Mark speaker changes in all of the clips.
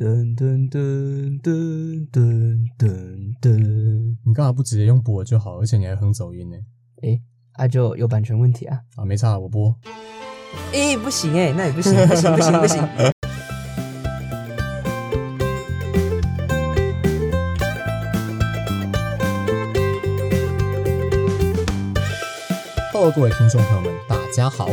Speaker 1: 噔噔噔噔噔噔噔，
Speaker 2: 你干嘛不直接用播就好？而且你还哼走音呢？
Speaker 1: 诶，啊就有版权问题啊！
Speaker 2: 啊，没差，我播。
Speaker 1: 诶，不行诶，那也不行，不行不行不行。
Speaker 2: Hello，各位听众朋友们，大家好。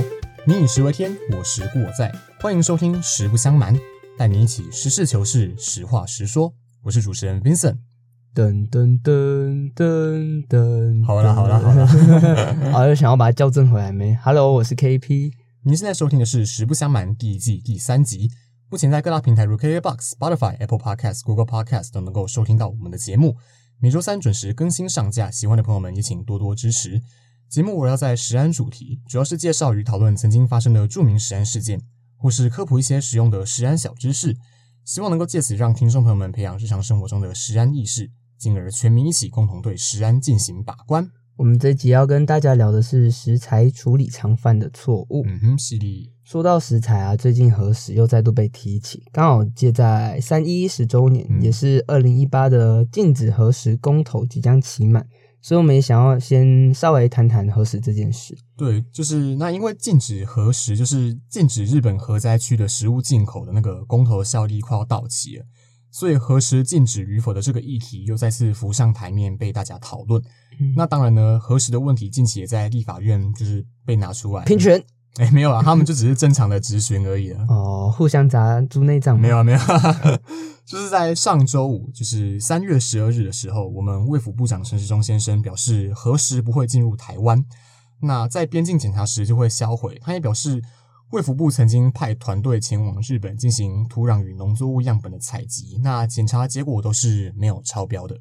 Speaker 2: 民以食为天，我食故我在，欢迎收听《实不相瞒》，带你一起实事求是，实话实说。我是主持人 Vincent。
Speaker 1: 噔噔噔噔噔，
Speaker 2: 好了好了好
Speaker 1: 了， 啊又想要把它校正回来没？Hello，我是 KP。
Speaker 2: 您现在收听的是《实不相瞒》第一季第三集。目前在各大平台如 KKBox、Spotify、Apple Podcast、Google Podcast 都能够收听到我们的节目，每周三准时更新上架。喜欢的朋友们也请多多支持。节目围绕在食安主题，主要是介绍与讨论曾经发生的著名食安事件，或是科普一些实用的食安小知识，希望能够借此让听众朋友们培养日常生活中的食安意识，进而全民一起共同对食安进行把关。
Speaker 1: 我们这集要跟大家聊的是食材处理常犯的错误。
Speaker 2: 嗯哼，犀利。
Speaker 1: 说到食材啊，最近何时又再度被提起？刚好借在三一十周年，
Speaker 2: 嗯
Speaker 1: 也是二零一八的禁止核食公投即将期满，所以我们也想要先稍微谈谈核食这件事。
Speaker 2: 对，就是那因为禁止核食，就是禁止日本核灾区的食物进口的那个公投效力快要到期了，所以核食禁止与否的这个议题又再次浮上台面被大家讨论。
Speaker 1: 嗯
Speaker 2: 那当然呢，核食的问题近期也在立法院就是被拿出来
Speaker 1: 平权
Speaker 2: 哎，没有啊，他们就只是正常的质询而已啊。
Speaker 1: 哦，互相砸猪内脏吗
Speaker 2: 没有啊，没有啊， 就是在上周五，就是三月十二日的时候，我们卫福部长陈时中先生表示，核实不会进入台湾。那在边境检查时就会销毁。他也表示，卫福部曾经派团队前往日本进行土壤与农作物样本的采集，那检查结果都是没有超标的。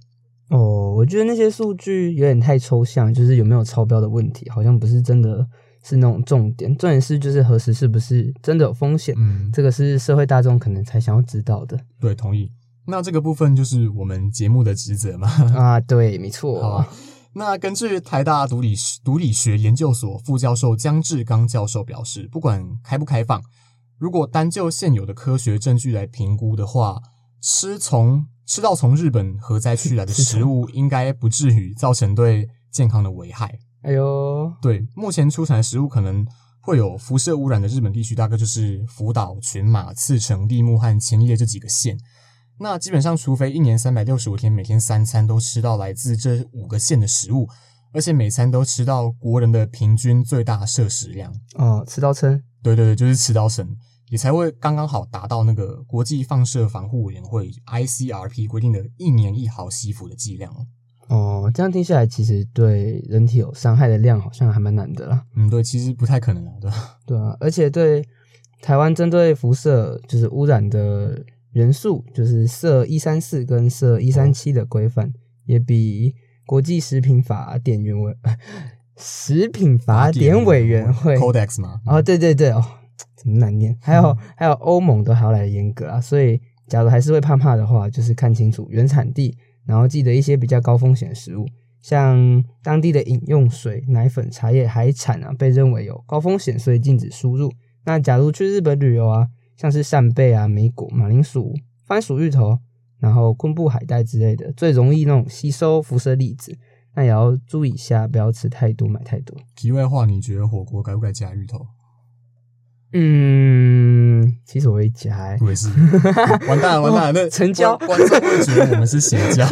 Speaker 1: 哦，我觉得那些数据有点太抽象，就是有没有超标的问题，好像不是真的是那种重点，重点是就是核实是不是真的有风险，
Speaker 2: 嗯，
Speaker 1: 这个是社会大众可能才想要知道的
Speaker 2: 对，同意。那这个部分就是我们节目的职责嘛。
Speaker 1: 啊。对，没错。
Speaker 2: 好啊那根据台大毒理毒理学研究所副教授江志刚教授表示，不管开不开放，如果单就现有的科学证据来评估的话，吃从吃到从日本核灾区来的
Speaker 1: 吃从
Speaker 2: 食物，应该不至于造成对健康的危害。
Speaker 1: 哎呦，
Speaker 2: 对，目前出产的食物可能会有辐射污染的日本地区，大概就是福岛、群马、茨城、立木和千叶这几个县。那基本上，除非一年三百六十五天，每天三餐都吃到来自这五个县的食物，而且每餐都吃到国人的平均最大摄食量，
Speaker 1: 哦，吃到撑，
Speaker 2: 对对对，就是吃到省，也才会刚刚好达到那个国际放射防护委员会 ICRP 规定的一年一毫西弗的剂量哦。
Speaker 1: 哦，这样听下来，其实对人体有伤害的量好像还蛮难的啦。
Speaker 2: 嗯，对，其实不太可能啊，对吧？
Speaker 1: 对啊，而且对台湾针对辐射就是污染的人数，就是铯一三四跟铯一三七的规范，也比国际食品法典原委 食品法典委员会
Speaker 2: Codex 嘛，
Speaker 1: 哦，对对对哦，怎么难念？还有、还有欧盟都还要来得严格啊，所以假如还是会怕怕的话，就是看清楚原产地，然后记得一些比较高风险的食物，像当地的饮用水、奶粉、茶叶、海产啊，被认为有高风险，所以禁止输入。那假如去日本旅游啊，像是扇贝啊、梅果、马铃薯、番薯、芋头，然后昆布海带之类的，最容易那种吸收辐射粒子，那也要注意一下，不要吃太多、买太多。
Speaker 2: 题外话，你觉得火锅该不该加芋头？
Speaker 1: 嗯，其实我会加、 欸，
Speaker 2: 我也是，完蛋了，完蛋了，那
Speaker 1: 哦成交
Speaker 2: 观观众会觉得我们是邪 教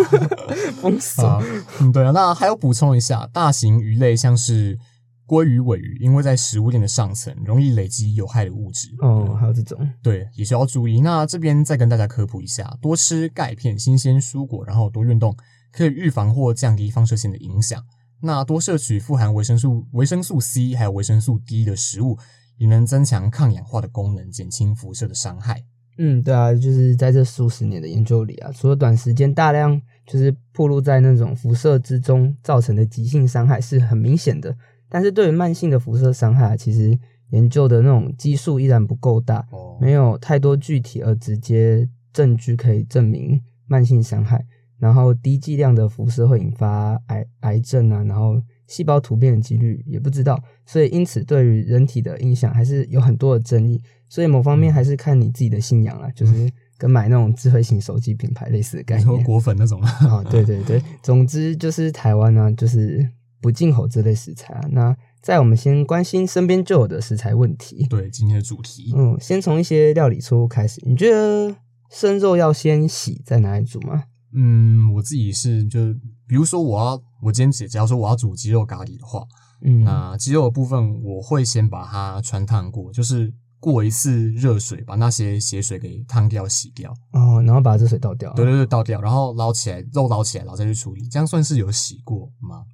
Speaker 1: 封锁。
Speaker 2: 啊。嗯，对啊。那还要补充一下，大型鱼类像是鲑鱼、尾鱼，因为在食物链的上层容易累积有害的物质，嗯
Speaker 1: 哦，还有这种，
Speaker 2: 对，也需要注意。那这边再跟大家科普一下，多吃钙片、新鲜蔬果，然后多运动，可以预防或降低放射线的影响。那多摄取富含维生素、维生素 C 还有维生素 D 的食物，也能增强抗氧化的功能，减轻辐射的伤害。
Speaker 1: 嗯，对啊，就是在这数十年的研究里啊，除了短时间大量就是暴露在那种辐射之中造成的急性伤害是很明显的，但是对于慢性的辐射伤害啊，其实研究的那种基数依然不够大，
Speaker 2: 哦
Speaker 1: 没有太多具体而直接证据可以证明慢性伤害。然后低剂量的辐射会引发癌癌症啊，然后细胞突变的几率也不知道，所以因此对于人体的影响还是有很多的争议。所以某方面还是看你自己的信仰啦，就是跟买那种智慧型手机品牌类似的概
Speaker 2: 你说
Speaker 1: 念。
Speaker 2: 果粉那种吗？
Speaker 1: 啊，对对对，总之就是台湾呢、就是不进口这类食材啊。那在我们先关心身边就有的食材问题，
Speaker 2: 对，今天的主题，
Speaker 1: 嗯，先从一些料理错误开始。你觉得生肉要先洗再拿来煮吗？
Speaker 2: 嗯，我自己是就比如说我要我今天写，假如说我要煮鸡肉咖喱的话，
Speaker 1: 嗯，
Speaker 2: 那鸡肉的部分我会先把它穿烫过，就是过一次热水，把那些血水给烫掉、洗掉，
Speaker 1: 哦，然后把这水倒掉啊。
Speaker 2: 对对对，倒掉，然后捞起来，肉捞起来，然后再去处理，这样算是有洗过吗？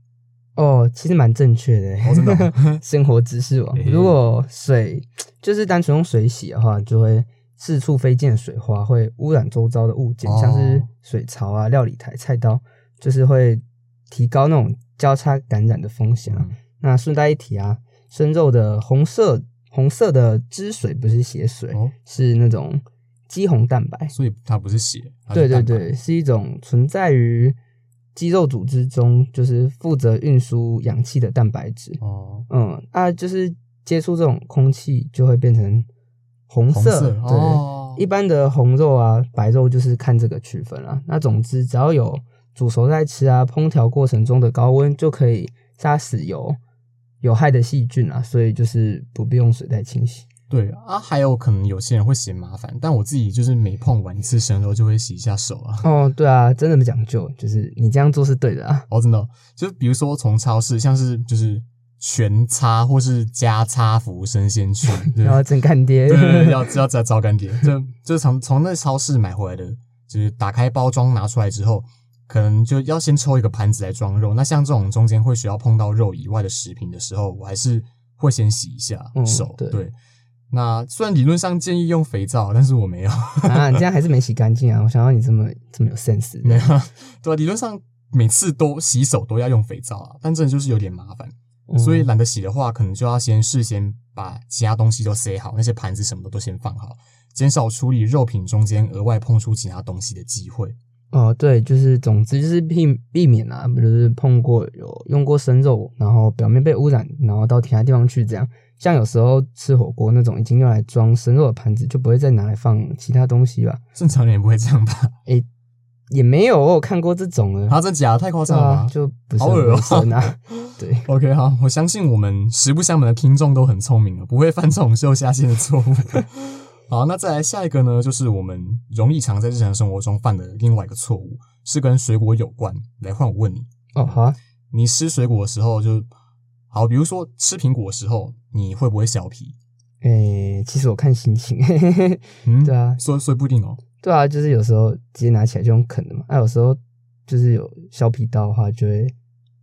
Speaker 1: 哦，其实蛮正确的欸，
Speaker 2: 哦真的哦
Speaker 1: 生活知识网
Speaker 2: 诶。
Speaker 1: 如果水就是单纯用水洗的话，就会四处飞溅水花，会污染周遭的物件，
Speaker 2: 哦
Speaker 1: 像是水槽啊、料理台、菜刀，就是会提高那种交叉感染的风险啊。
Speaker 2: 嗯
Speaker 1: 那顺带一提啊，生肉的红色红色的汁水不是血水，
Speaker 2: 哦，
Speaker 1: 是那种肌红蛋白。
Speaker 2: 所以它不是血，它
Speaker 1: 对
Speaker 2: 是
Speaker 1: 对
Speaker 2: 蛋白
Speaker 1: 对，是一种存在于肌肉组织中，就是负责运输氧气的蛋白质。
Speaker 2: 哦，
Speaker 1: 嗯，啊，就是接触这种空气就会变成红
Speaker 2: 红
Speaker 1: 色。
Speaker 2: 色
Speaker 1: 对，
Speaker 2: 哦，
Speaker 1: 一般的红肉啊、白肉就是看这个区分啦。那总之，只要有煮熟再吃啊，烹调过程中的高温就可以杀死有有害的细菌啊，所以就是不必用水再清洗。
Speaker 2: 对啊，还有可能有些人会嫌麻烦，但我自己就是每碰完一次生肉就会洗一下手 啊。
Speaker 1: 哦，对啊，真的不讲究，就是你这样做是对的啊。
Speaker 2: 哦，真的哦，就是比如说从超市，像是就是全擦或是加擦服生鲜区，对
Speaker 1: 然后真干爹，
Speaker 2: 对对对，要要要找干爹，就就是从从那超市买回来的，就是打开包装拿出来之后，可能就要先抽一个盘子来装肉。那像这种中间会需要碰到肉以外的食品的时候，我还是会先洗一下
Speaker 1: 嗯
Speaker 2: 手。
Speaker 1: 对
Speaker 2: 那虽然理论上建议用肥皂，但是我没有，
Speaker 1: 啊，你这样还是没洗干净啊！我想要你这么这么有 sense
Speaker 2: 没有，对、啊，理论上每次都洗手都要用肥皂啊，但真的就是有点麻烦。
Speaker 1: 的，
Speaker 2: 所以
Speaker 1: 嗯
Speaker 2: 懒得洗的话，可能就要先事先把其他东西都塞好，那些盘子什么的都先放好，减少处理肉品中间额外碰触其他东西的机会。
Speaker 1: 哦，对，就是总之就是避避免啊，就是碰过有用过生肉，然后表面被污染，然后到其他地方去这样。像有时候吃火锅那种已经用来装生肉的盘子，就不会再拿来放其他东西吧？
Speaker 2: 正常人也不会这样吧？
Speaker 1: 也没有，我有看过这种的，
Speaker 2: 啊，真假的太夸
Speaker 1: 对
Speaker 2: 张了
Speaker 1: 啊
Speaker 2: 吧，
Speaker 1: 就不是
Speaker 2: 好恶
Speaker 1: 很
Speaker 2: 哦
Speaker 1: 卫生 啊。对，
Speaker 2: ？OK，好，我相信我们实不相瞒的听众都很聪明了，不会犯这种秀下限的 错误。好，那再来下一个呢，就是我们容易常在日常生活中犯的另外一个错误，是跟水果有关。来换我问你，
Speaker 1: 哦，好啊，
Speaker 2: 你吃水果的时候就好，比如说吃苹果的时候，你会不会削皮？
Speaker 1: 诶、其实我看心情，
Speaker 2: 嗯，
Speaker 1: 对啊
Speaker 2: 所以所以不一定哦。
Speaker 1: 对啊，就是有时候直接拿起来就用啃的嘛，啊那、有时候就是有削皮刀的话，就会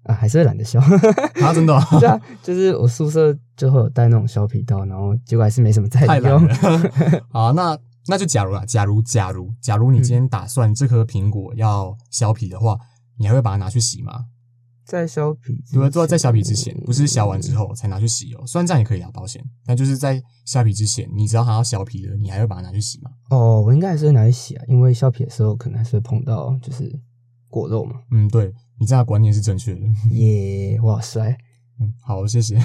Speaker 1: 啊还是会懒得削。
Speaker 2: 啊，真的哦、
Speaker 1: 对啊，就是我宿舍就会有带那种削皮刀，然后结果还是没什么在
Speaker 2: 太
Speaker 1: 用
Speaker 2: 懒。了。 好，那那就假如啊，假如假如假如你
Speaker 1: 嗯
Speaker 2: 今天打算这颗苹果要削皮的话，你还会把它拿去洗吗？
Speaker 1: 在削皮之前，
Speaker 2: 对吧，做在削皮之前，不是削完之后才拿去洗哦。虽然这样也可以啊，保险，但就是在削皮之前，你只要它要削皮了，你还会把它拿去洗吗？
Speaker 1: 哦，我应该还是会拿去洗啊，因为削皮的时候可能还是会碰到就是果肉 嘛。
Speaker 2: 嗯，对你这样的观念是正确的。
Speaker 1: 耶、我好 帅！
Speaker 2: 嗯，好，谢 谢。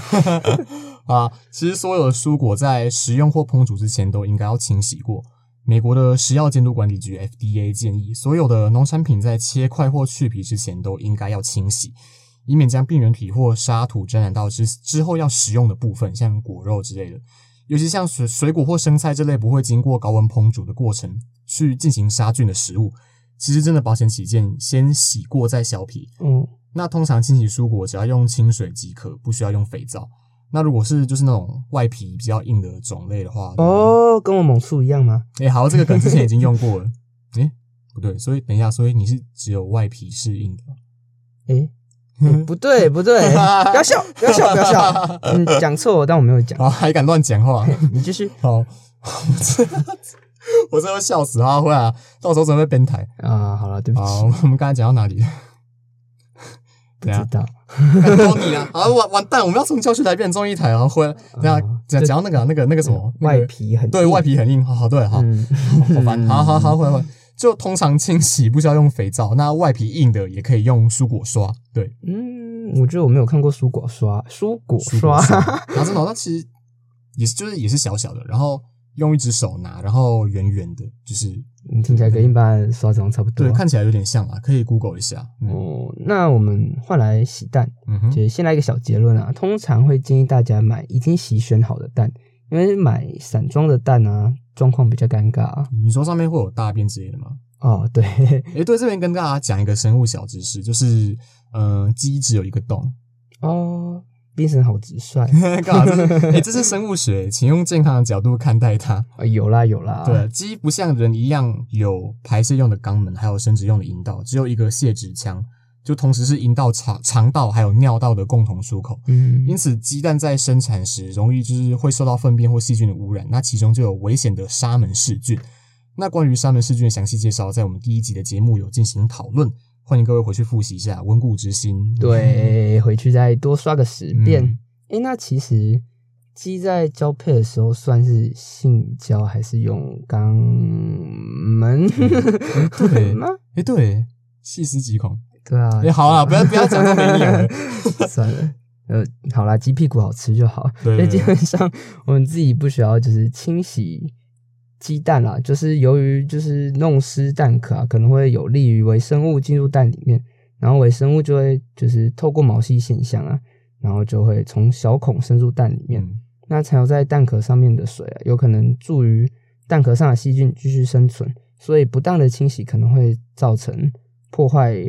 Speaker 2: 啊，其实所有的蔬果在食用或烹煮之前都应该要清洗过。美国的食药监督管理局 FDA 建议，所有的农产品在切块或去皮之前都应该要清洗，以免将病原体或沙土沾染到之之后要食用的部分，像果肉之类的。尤其像水水果或生菜这类不会经过高温烹煮的过程去进行杀菌的食物，其实真的保险起见，先洗过再削皮，
Speaker 1: 嗯，
Speaker 2: 那通常清洗蔬果只要用清水即可，不需要用肥皂。那如果是就是那种外皮比较硬的种类的话，就是，
Speaker 1: 哦，跟我猛树一样吗？
Speaker 2: 哎、好，这个梗之前已经用过了， 哎、不对，所以等一下，所以你是只有外皮是硬的，
Speaker 1: 诶、
Speaker 2: 嗯
Speaker 1: 诶不对不对，不要笑不要笑不要笑， 嗯，讲错，但我没有讲。
Speaker 2: 啊，还敢乱讲话，
Speaker 1: 你继续
Speaker 2: 好，我真的会笑死啊，会啊，到时候真的会编台。
Speaker 1: 啊，好了，对不
Speaker 2: 好，
Speaker 1: 起，
Speaker 2: 我们刚才讲到哪里？
Speaker 1: 不知道。
Speaker 2: 都你啊！啊，完完蛋，我们要从教学台变成综艺台，然后回来，等一下
Speaker 1: 啊
Speaker 2: 讲讲到那个啊那个那个什么那个
Speaker 1: 嗯外皮很
Speaker 2: 对
Speaker 1: 硬
Speaker 2: 外皮很硬，好好对好，
Speaker 1: 嗯
Speaker 2: 好烦，好好好，会会。就通常清洗不需要用肥皂，那外皮硬的也可以用蔬果刷，对，
Speaker 1: 嗯，我觉得我没有看过蔬果刷，蔬果
Speaker 2: 蔬
Speaker 1: 刷
Speaker 2: 果，然后这种它其实也是就是也是小小的，然后用一只手拿，然后圆圆的，就是
Speaker 1: 你听起来跟一般的刷子好像差不多
Speaker 2: 对，
Speaker 1: 啊、
Speaker 2: 看起来有点像啊，可以 Google 一下。嗯
Speaker 1: 哦，那我们换来洗蛋，
Speaker 2: 嗯哼，
Speaker 1: 就是先来一个小结论啊，通常会建议大家买已经洗选好的蛋，因为买散装的蛋啊，状况比较尴尬啊。
Speaker 2: 你说上面会有大便之类的吗？
Speaker 1: 哦，对，
Speaker 2: 诶，对，这边跟大家讲一个生物小知识，就是，呃，鸡只有一个洞，
Speaker 1: 哦，冰神好直 率
Speaker 2: 干嘛？这是诶，这是生物学，请用健康的角度看待它。
Speaker 1: 啊，有啦有啦，
Speaker 2: 对，，鸡不像人一样有排泄用的肛门，还有生殖用的阴道，只有一个泄殖腔，就同时是阴道、肠肠道还有尿道的共同出口。
Speaker 1: 嗯
Speaker 2: 因，此，鸡蛋在生产时容易就是会受到粪便或细菌的污染，那其中就有危险的沙门氏菌。那关于沙门氏菌的详细介绍，在我们第一集的节目有进行讨论，欢迎各位回去复习一下，温故知新。，
Speaker 1: 对，回去再多刷个十遍。
Speaker 2: 嗯
Speaker 1: 诶，那其实鸡在交配的时候算是性交还是用肛门？
Speaker 2: 对
Speaker 1: 吗？
Speaker 2: 哎，对，细思极 恐。
Speaker 1: 对啊，
Speaker 2: 哎，好啦，不要不要讲这么没用了。
Speaker 1: 算了，呃，好啦，鸡屁股好吃就好。所
Speaker 2: 对
Speaker 1: 以
Speaker 2: 对
Speaker 1: 基
Speaker 2: 对
Speaker 1: 本上我们自己不需要就是清洗鸡蛋啦，就是由于就是弄湿蛋壳啊，可能会有利于微生物进入蛋里面，然后微生物就会就是透过毛细现象啊，然后就会从小孔渗入蛋里 面，
Speaker 2: 嗯
Speaker 1: 那残留在蛋壳上面的水啊，有可能助于蛋壳上的细菌继续生存，所以不当的清洗可能会造成破坏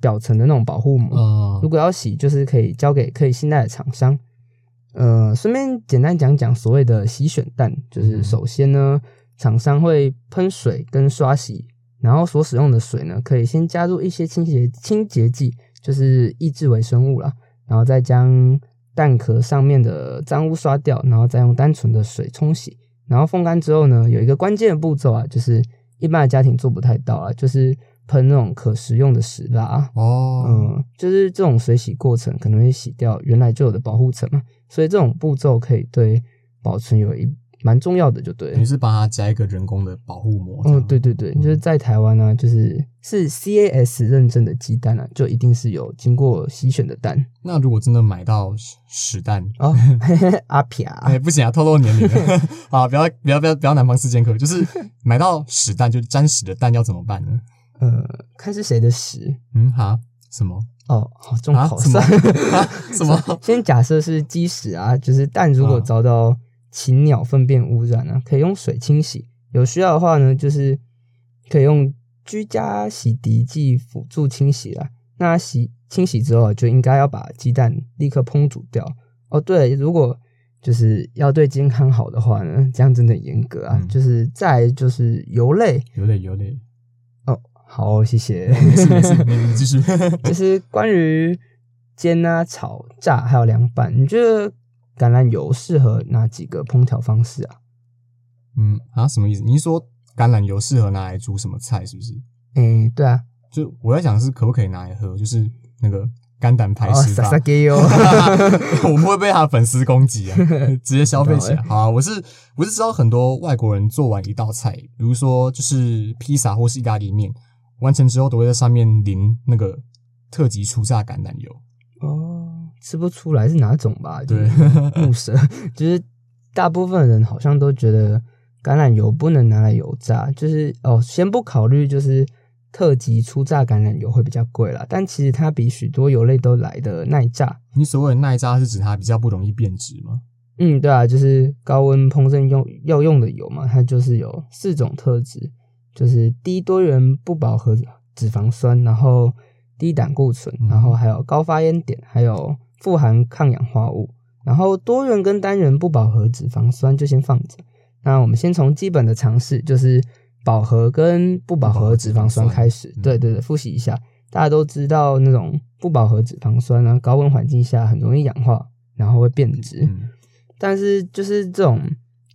Speaker 1: 表层的那种保护膜。
Speaker 2: 啊
Speaker 1: 如果要洗，就是可以交给可以信赖的厂商。呃，顺便简单讲讲所谓的洗选蛋，就是
Speaker 2: 嗯
Speaker 1: 首先呢，厂商会喷水跟刷洗，然后所使用的水呢，可以先加入一些清洁清洁剂，就是抑制微生物啦，然后再将蛋壳上面的脏污刷掉，然后再用单纯的水冲洗，然后风干之后呢，有一个关键的步骤啊，就是一般的家庭做不太到啊，就是喷那种可食用的石蜡啊，
Speaker 2: 哦，
Speaker 1: 嗯，就是这种水洗过程可能会洗掉原来就有的保护层嘛，所以这种步骤可以对保存有一蛮重要的，就对了
Speaker 2: 等于。是帮它加一个人工的保护膜。这
Speaker 1: 哦，
Speaker 2: 样
Speaker 1: 对，对
Speaker 2: 嗯
Speaker 1: 对，就是在台湾呢、就是是 CAS 认证的鸡蛋啊，就一定是有经过洗选的蛋
Speaker 2: 那如果真的买到屎屎蛋，
Speaker 1: 哦。阿撇啊
Speaker 2: 哎、，不行啊，透露年龄了啊！不要不要不要不要南方四剑客，就是买到屎蛋，就是沾屎的蛋要怎么办呢？
Speaker 1: 呃，看是谁的屎
Speaker 2: 嗯哈，什么
Speaker 1: 哦，好重
Speaker 2: 啊？
Speaker 1: 口
Speaker 2: 什么、
Speaker 1: 算。
Speaker 2: 啊、什么？
Speaker 1: 先假设是鸡屎啊，就是蛋如果
Speaker 2: 啊
Speaker 1: 遭到禽鸟粪便污染啊，可以用水清洗。有需要的话呢，就是可以用居家洗涤剂辅助清洗啦。那洗清洗之后啊，就应该要把鸡蛋立刻烹煮掉。哦，对，如果就是要对健康好的话呢，这样真的很严格啊。
Speaker 2: 嗯
Speaker 1: 就是再来就是油类
Speaker 2: 有点有点，
Speaker 1: 哦，好，谢 谢。
Speaker 2: 没事没事，没你继续。
Speaker 1: 就是关于煎啊、炒、炸还有凉拌，你觉得橄榄油适合哪几个烹调方式啊？
Speaker 2: 嗯啊，什么意思？你是说橄榄油适合拿来煮什么菜？是不是？
Speaker 1: 诶、对啊，
Speaker 2: 就我在想是可不可以拿来喝，就是那个肝胆排
Speaker 1: 哦，
Speaker 2: 湿
Speaker 1: 撒
Speaker 2: 法。
Speaker 1: 撒给 油，
Speaker 2: 我们会被他的粉丝攻 击啊，直接消费起来。好啊，我是我是知道很多外国人做完一道菜，比如说就是披萨或是意大利面，完成之后都会在上面淋那个特级初榨橄榄油。
Speaker 1: 哦，吃不出来是哪种吧？
Speaker 2: 对，
Speaker 1: 木蛇，就是大部分人好像都觉得橄榄油不能拿来油炸，就是哦，先不考虑就是特级初榨橄榄油会比较贵啦，但其实它比许多油类都来的耐炸。
Speaker 2: 你所谓的耐渣是指它比较不容易变质吗？
Speaker 1: 嗯，对啊，就是高温烹饪用要用的油嘛，它就是有四种特质，就是低多元不饱和脂肪酸，然后低胆固醇，
Speaker 2: 嗯
Speaker 1: 然后还有高发烟点，还有富含抗氧化物。然后多元跟单元不饱和脂肪酸就先放着。那我们先从基本的常识，就是饱和跟不饱和脂肪酸开始
Speaker 2: 不饱和脂肪酸。嗯
Speaker 1: 对对对，复习一下，大家都知道那种不饱和脂肪酸呢，高温环境下很容易氧化，然后会变质。
Speaker 2: 嗯，
Speaker 1: 但是就是这种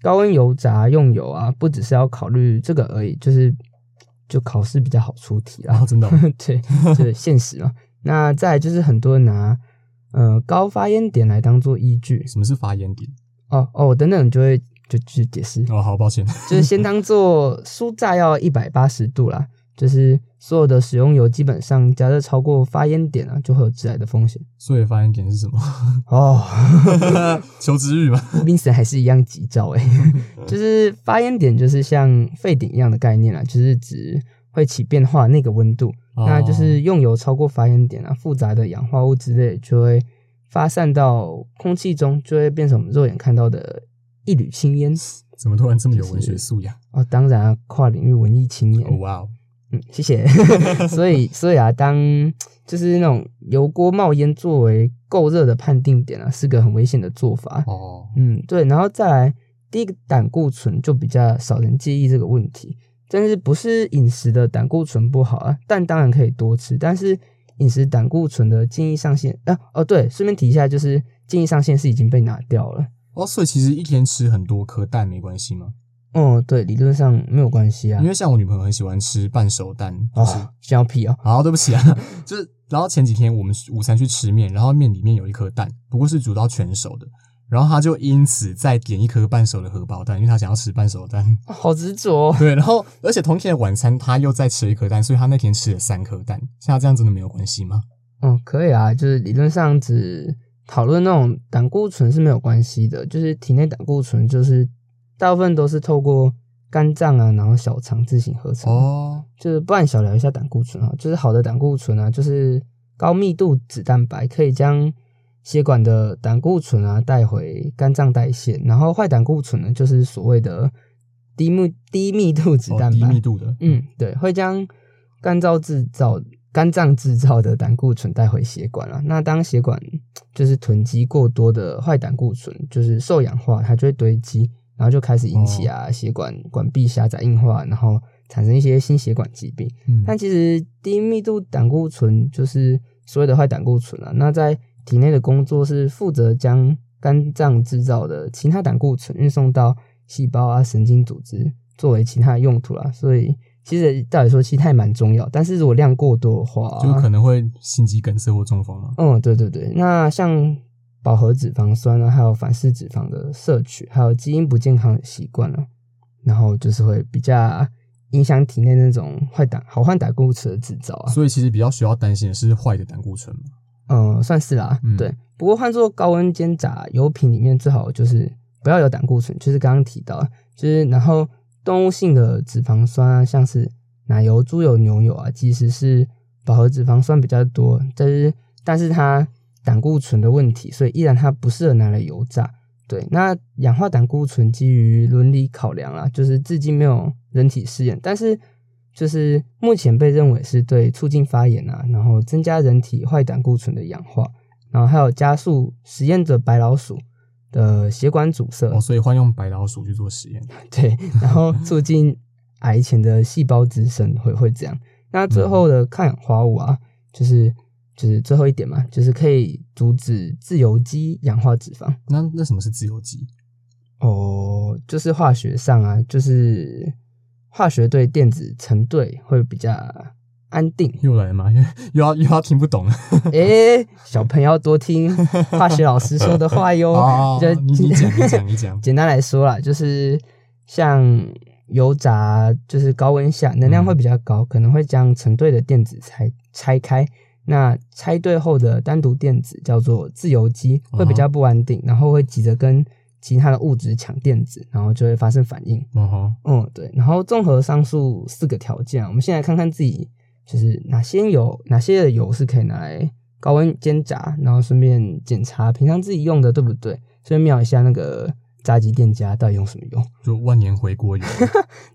Speaker 1: 高温油炸用油啊，不只是要考虑这个而已，就是就考试比较好出题
Speaker 2: 然后
Speaker 1: 啦。
Speaker 2: 真的哦、
Speaker 1: 对，这现实嘛。那再来就是很多人拿呃高发烟点来当做依据
Speaker 2: 什么是发烟点？
Speaker 1: 哦哦，等等就会就去解释，
Speaker 2: 哦，好抱歉。
Speaker 1: 就是先当做酥炸要一百八十度啦，就是所有的食用油基本上加热超过发烟点啊，就会有致癌的风险。
Speaker 2: 所以发言点是什么？
Speaker 1: 哦，
Speaker 2: 求知欲嘛。
Speaker 1: 宾神还是一样急躁诶、就是发烟点就是像沸点一样的概念啦，就是指会起变化那个温度。
Speaker 2: 哦
Speaker 1: 那就是用油超过发烟点啊，复杂的氧化物之类就会发散到空气中，就会变成我们肉眼看到的一缕青烟。
Speaker 2: 哦怎么突然这么有文学素养？
Speaker 1: 哦，当然啊，跨领域文艺青年。
Speaker 2: 哦哇哦，
Speaker 1: 嗯，谢谢。 所以，所以啊，当就是那种油锅冒烟作为够热的判定点啊，是个很危险的做法。
Speaker 2: 哦，
Speaker 1: 嗯，对，然后再来第一个胆固醇就比较少人介意这个问题，但是不是饮食的胆固醇不好啊？但当然可以多吃，但是饮食胆固醇的建议上限啊，哦对，顺便提一下，就是建议上限是已经被拿掉了。
Speaker 2: 哦，所以其实一天吃很多颗蛋没关系吗？
Speaker 1: 哦，对，理论上没有关系啊
Speaker 2: 因。为像我女朋友很喜欢吃半熟蛋，就是
Speaker 1: 哦，小屁哦，
Speaker 2: 好，对不起啊， 就是，然后前几天我们午餐去吃面，然后面里面有一颗蛋，不过是煮到全熟的，然后他就因此再点一颗半熟的荷包蛋，因为他想要吃半熟蛋。
Speaker 1: 好执着、哦。
Speaker 2: 对，然后而且同一天的晚餐他又再吃一颗蛋，所以他那天吃了三颗蛋。像他这样真的没有关系吗？
Speaker 1: 哦，可以啊，就是理论上只讨论那种胆固醇是没有关系的，就是体内胆固醇就是大部分都是透过肝脏啊，然后小肠自行合成。，
Speaker 2: 哦，
Speaker 1: 就是不然小聊一下胆固醇啊，就是好的胆固醇啊，就是高密度脂蛋白可以将血管的胆固醇啊带回肝脏代谢，然后坏胆固醇呢就是所谓的低密低密度脂
Speaker 2: 哦
Speaker 1: 蛋
Speaker 2: 低
Speaker 1: 白，
Speaker 2: 密度的，
Speaker 1: 嗯，对，会将干燥制造肝脏制造的胆固醇带回血管了、那当血管就是囤积过多的坏胆固醇，就是受氧化，它就会堆积，然后就开始引起啊、血管管壁狭窄硬化，然后产生一些心血管疾病。
Speaker 2: 嗯，
Speaker 1: 但其实低密度胆固醇就是所谓的坏胆固醇啊。那在体内的工作是负责将肝脏制造的其他胆固醇运送到细胞啊、神经组织作为其他的用途啦。所以其实到底说其实它也蛮重要，但是如果量过多的话，
Speaker 2: 就可能会心肌梗塞或中风啊嘛。
Speaker 1: 嗯，对对对，那像饱和脂肪酸啊，还有反式脂肪的摄取，还有基因不健康的习惯啊，然后就是会比较影响体内那种坏胆好坏胆固醇的制造啊。
Speaker 2: 所以其实比较需要担心的是坏的胆固醇嘛。
Speaker 1: 嗯，算是啦、
Speaker 2: 嗯
Speaker 1: 对。不过换做高温煎炸油品里面，最好就是不要有胆固醇，就是刚刚提到的，就是然后动物性的脂肪酸啊，像是奶油、猪油、牛油啊，其实是饱和脂肪酸比较多，但是但是它胆固醇的问题，所以依然它不适合拿来油炸。对，那氧化胆固醇基于伦理考量啦，就是至今没有人体试验，但是就是目前被认为是对促进发炎啊，然后增加人体坏胆固醇的氧化，然后还有加速实验者白老鼠的血管阻塞，
Speaker 2: 哦，所以换用白老鼠去做实验。
Speaker 1: 对，然后促进癌前的细胞滋生会会这样。那最后的抗氧化物啊，就是就是最后一点嘛，就是可以阻止自由基氧化脂肪。
Speaker 2: 那那什么是自由基？
Speaker 1: 哦，就是化学上啊，就是化学对电子成对会比较安 定。
Speaker 2: 又来了吗？又又要又要听不懂了。
Speaker 1: 诶、小朋友要多听化学老师说的话 哟。
Speaker 2: 哦
Speaker 1: 就，
Speaker 2: 你你讲你讲你 讲。
Speaker 1: 简单来说啦，就是像油炸，就是高温下能
Speaker 2: 嗯
Speaker 1: 量会比较高，可能会将成对的电子拆拆开。那拆对后的单独电子叫做自由基，会
Speaker 2: 嗯
Speaker 1: 比较不安定，然后会急着跟其他的物质抢电子，然后就会发生反应。
Speaker 2: 哦吼，
Speaker 1: 嗯，对。然后综合上述四个条件啊，我们先来看看自己就是哪些油，哪些的油是可以拿来高温煎炸，然后顺便检查平常自己用的对不对，顺便瞄一下那个炸鸡店家到底用什么油。
Speaker 2: 就万年回锅 油，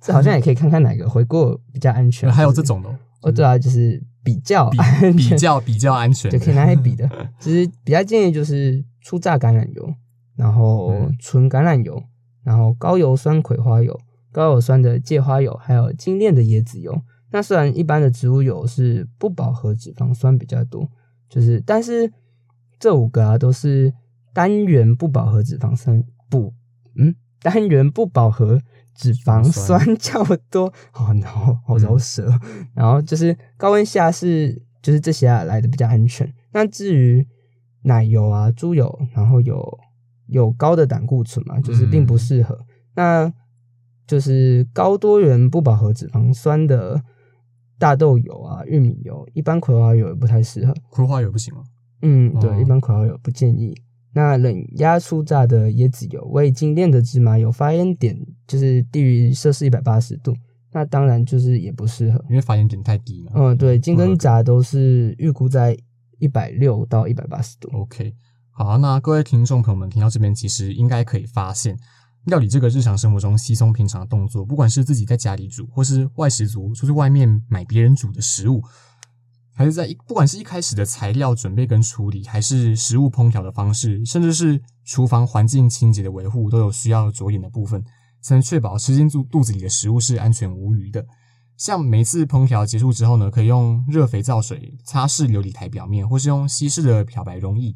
Speaker 1: 这好像也可以看看哪个回锅比较安全。
Speaker 2: 还有
Speaker 1: 就是
Speaker 2: 这种 的哦
Speaker 1: 哦，对啊，就是比较
Speaker 2: 比
Speaker 1: 安
Speaker 2: 比
Speaker 1: 全，
Speaker 2: 较比较安全的
Speaker 1: 对，可以拿来比 的。其实比较建议就是初榨橄榄油，然后
Speaker 2: 嗯
Speaker 1: 纯橄榄油，然后高油酸葵花油、高油酸的芥花油，还有精炼的椰子油。那虽然一般的植物油是不饱和脂肪酸比较多，就是但是这五个啊都是单元不饱和脂肪酸不嗯单元不饱和脂肪酸 嗯较多，好然后好饶舌，然后就是高温下是就是这些啊来的比较安全。那至于奶油啊、猪油，然后有有高的胆固醇嘛，就是并不
Speaker 2: 嗯
Speaker 1: 适合。那就是高多元不饱和脂肪酸的大豆油啊、玉米油，一般葵花油也不太适合。
Speaker 2: 葵花油不行吗？
Speaker 1: 嗯，对，
Speaker 2: 哦
Speaker 1: 一般葵花油不建议。那冷压初榨的椰子油为精炼的芝麻油，发烟点就是低于摄氏一百八十度，那当然就是也不适合。
Speaker 2: 因为发烟点太低嘛。
Speaker 1: 嗯，对，金
Speaker 2: 不合
Speaker 1: 跟
Speaker 2: 格
Speaker 1: 炸都是预估在一百六到一百八十度。。
Speaker 2: OK，好啊，那各位听众朋友们听到这边，其实应该可以发现，料理这个日常生活中稀松平常的动作，不管是自己在家里煮，或是外食族出去外面买别人煮的食物，还是在一不管是一开始的材料准备跟处理，还是食物烹调的方式，甚至是厨房环境清洁的维护，都有需要着眼的部分，才能确保吃进肚肚子里的食物是安全无虞的。像每次烹调结束之后呢，可以用热肥皂水擦拭琉璃台表面，或是用稀释的漂白溶液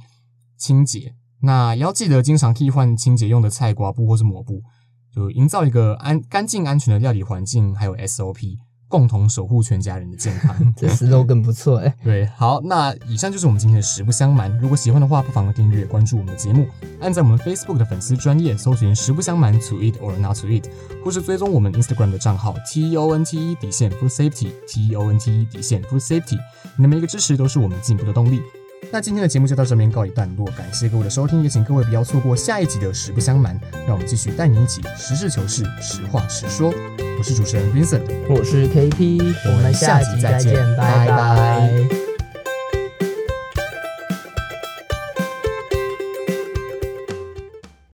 Speaker 2: 清洁。那也要记得经常替换清洁用的菜瓜布或是抹布，就营造一个安干净安全的料理环境，还有 SOP，共同守护全家人的健康
Speaker 1: 这 slogan 不错哎、
Speaker 2: 对，好，那以上就是我们今天的实不相瞒。如果喜欢的话，不妨订阅、关注我们的节目，按在我们 Facebook 的粉丝专业搜寻“实不相瞒 ”to it or not to it，或是追踪我们 Instagram 的账号 t o n t e 底线 food safety t o n t e 底线 food safety。你的每一个支持都是我们进步的动力。那今天的节目就到这边告一段落，感谢各位的收听，也请各位不要错过下一集的《实不相瞒》，让我们继续带你一起实事求是、实话实说。我是主持人 Vincent。
Speaker 1: 我是 KP，我们下集再见，
Speaker 2: 拜
Speaker 1: 拜
Speaker 2: 拜
Speaker 1: 拜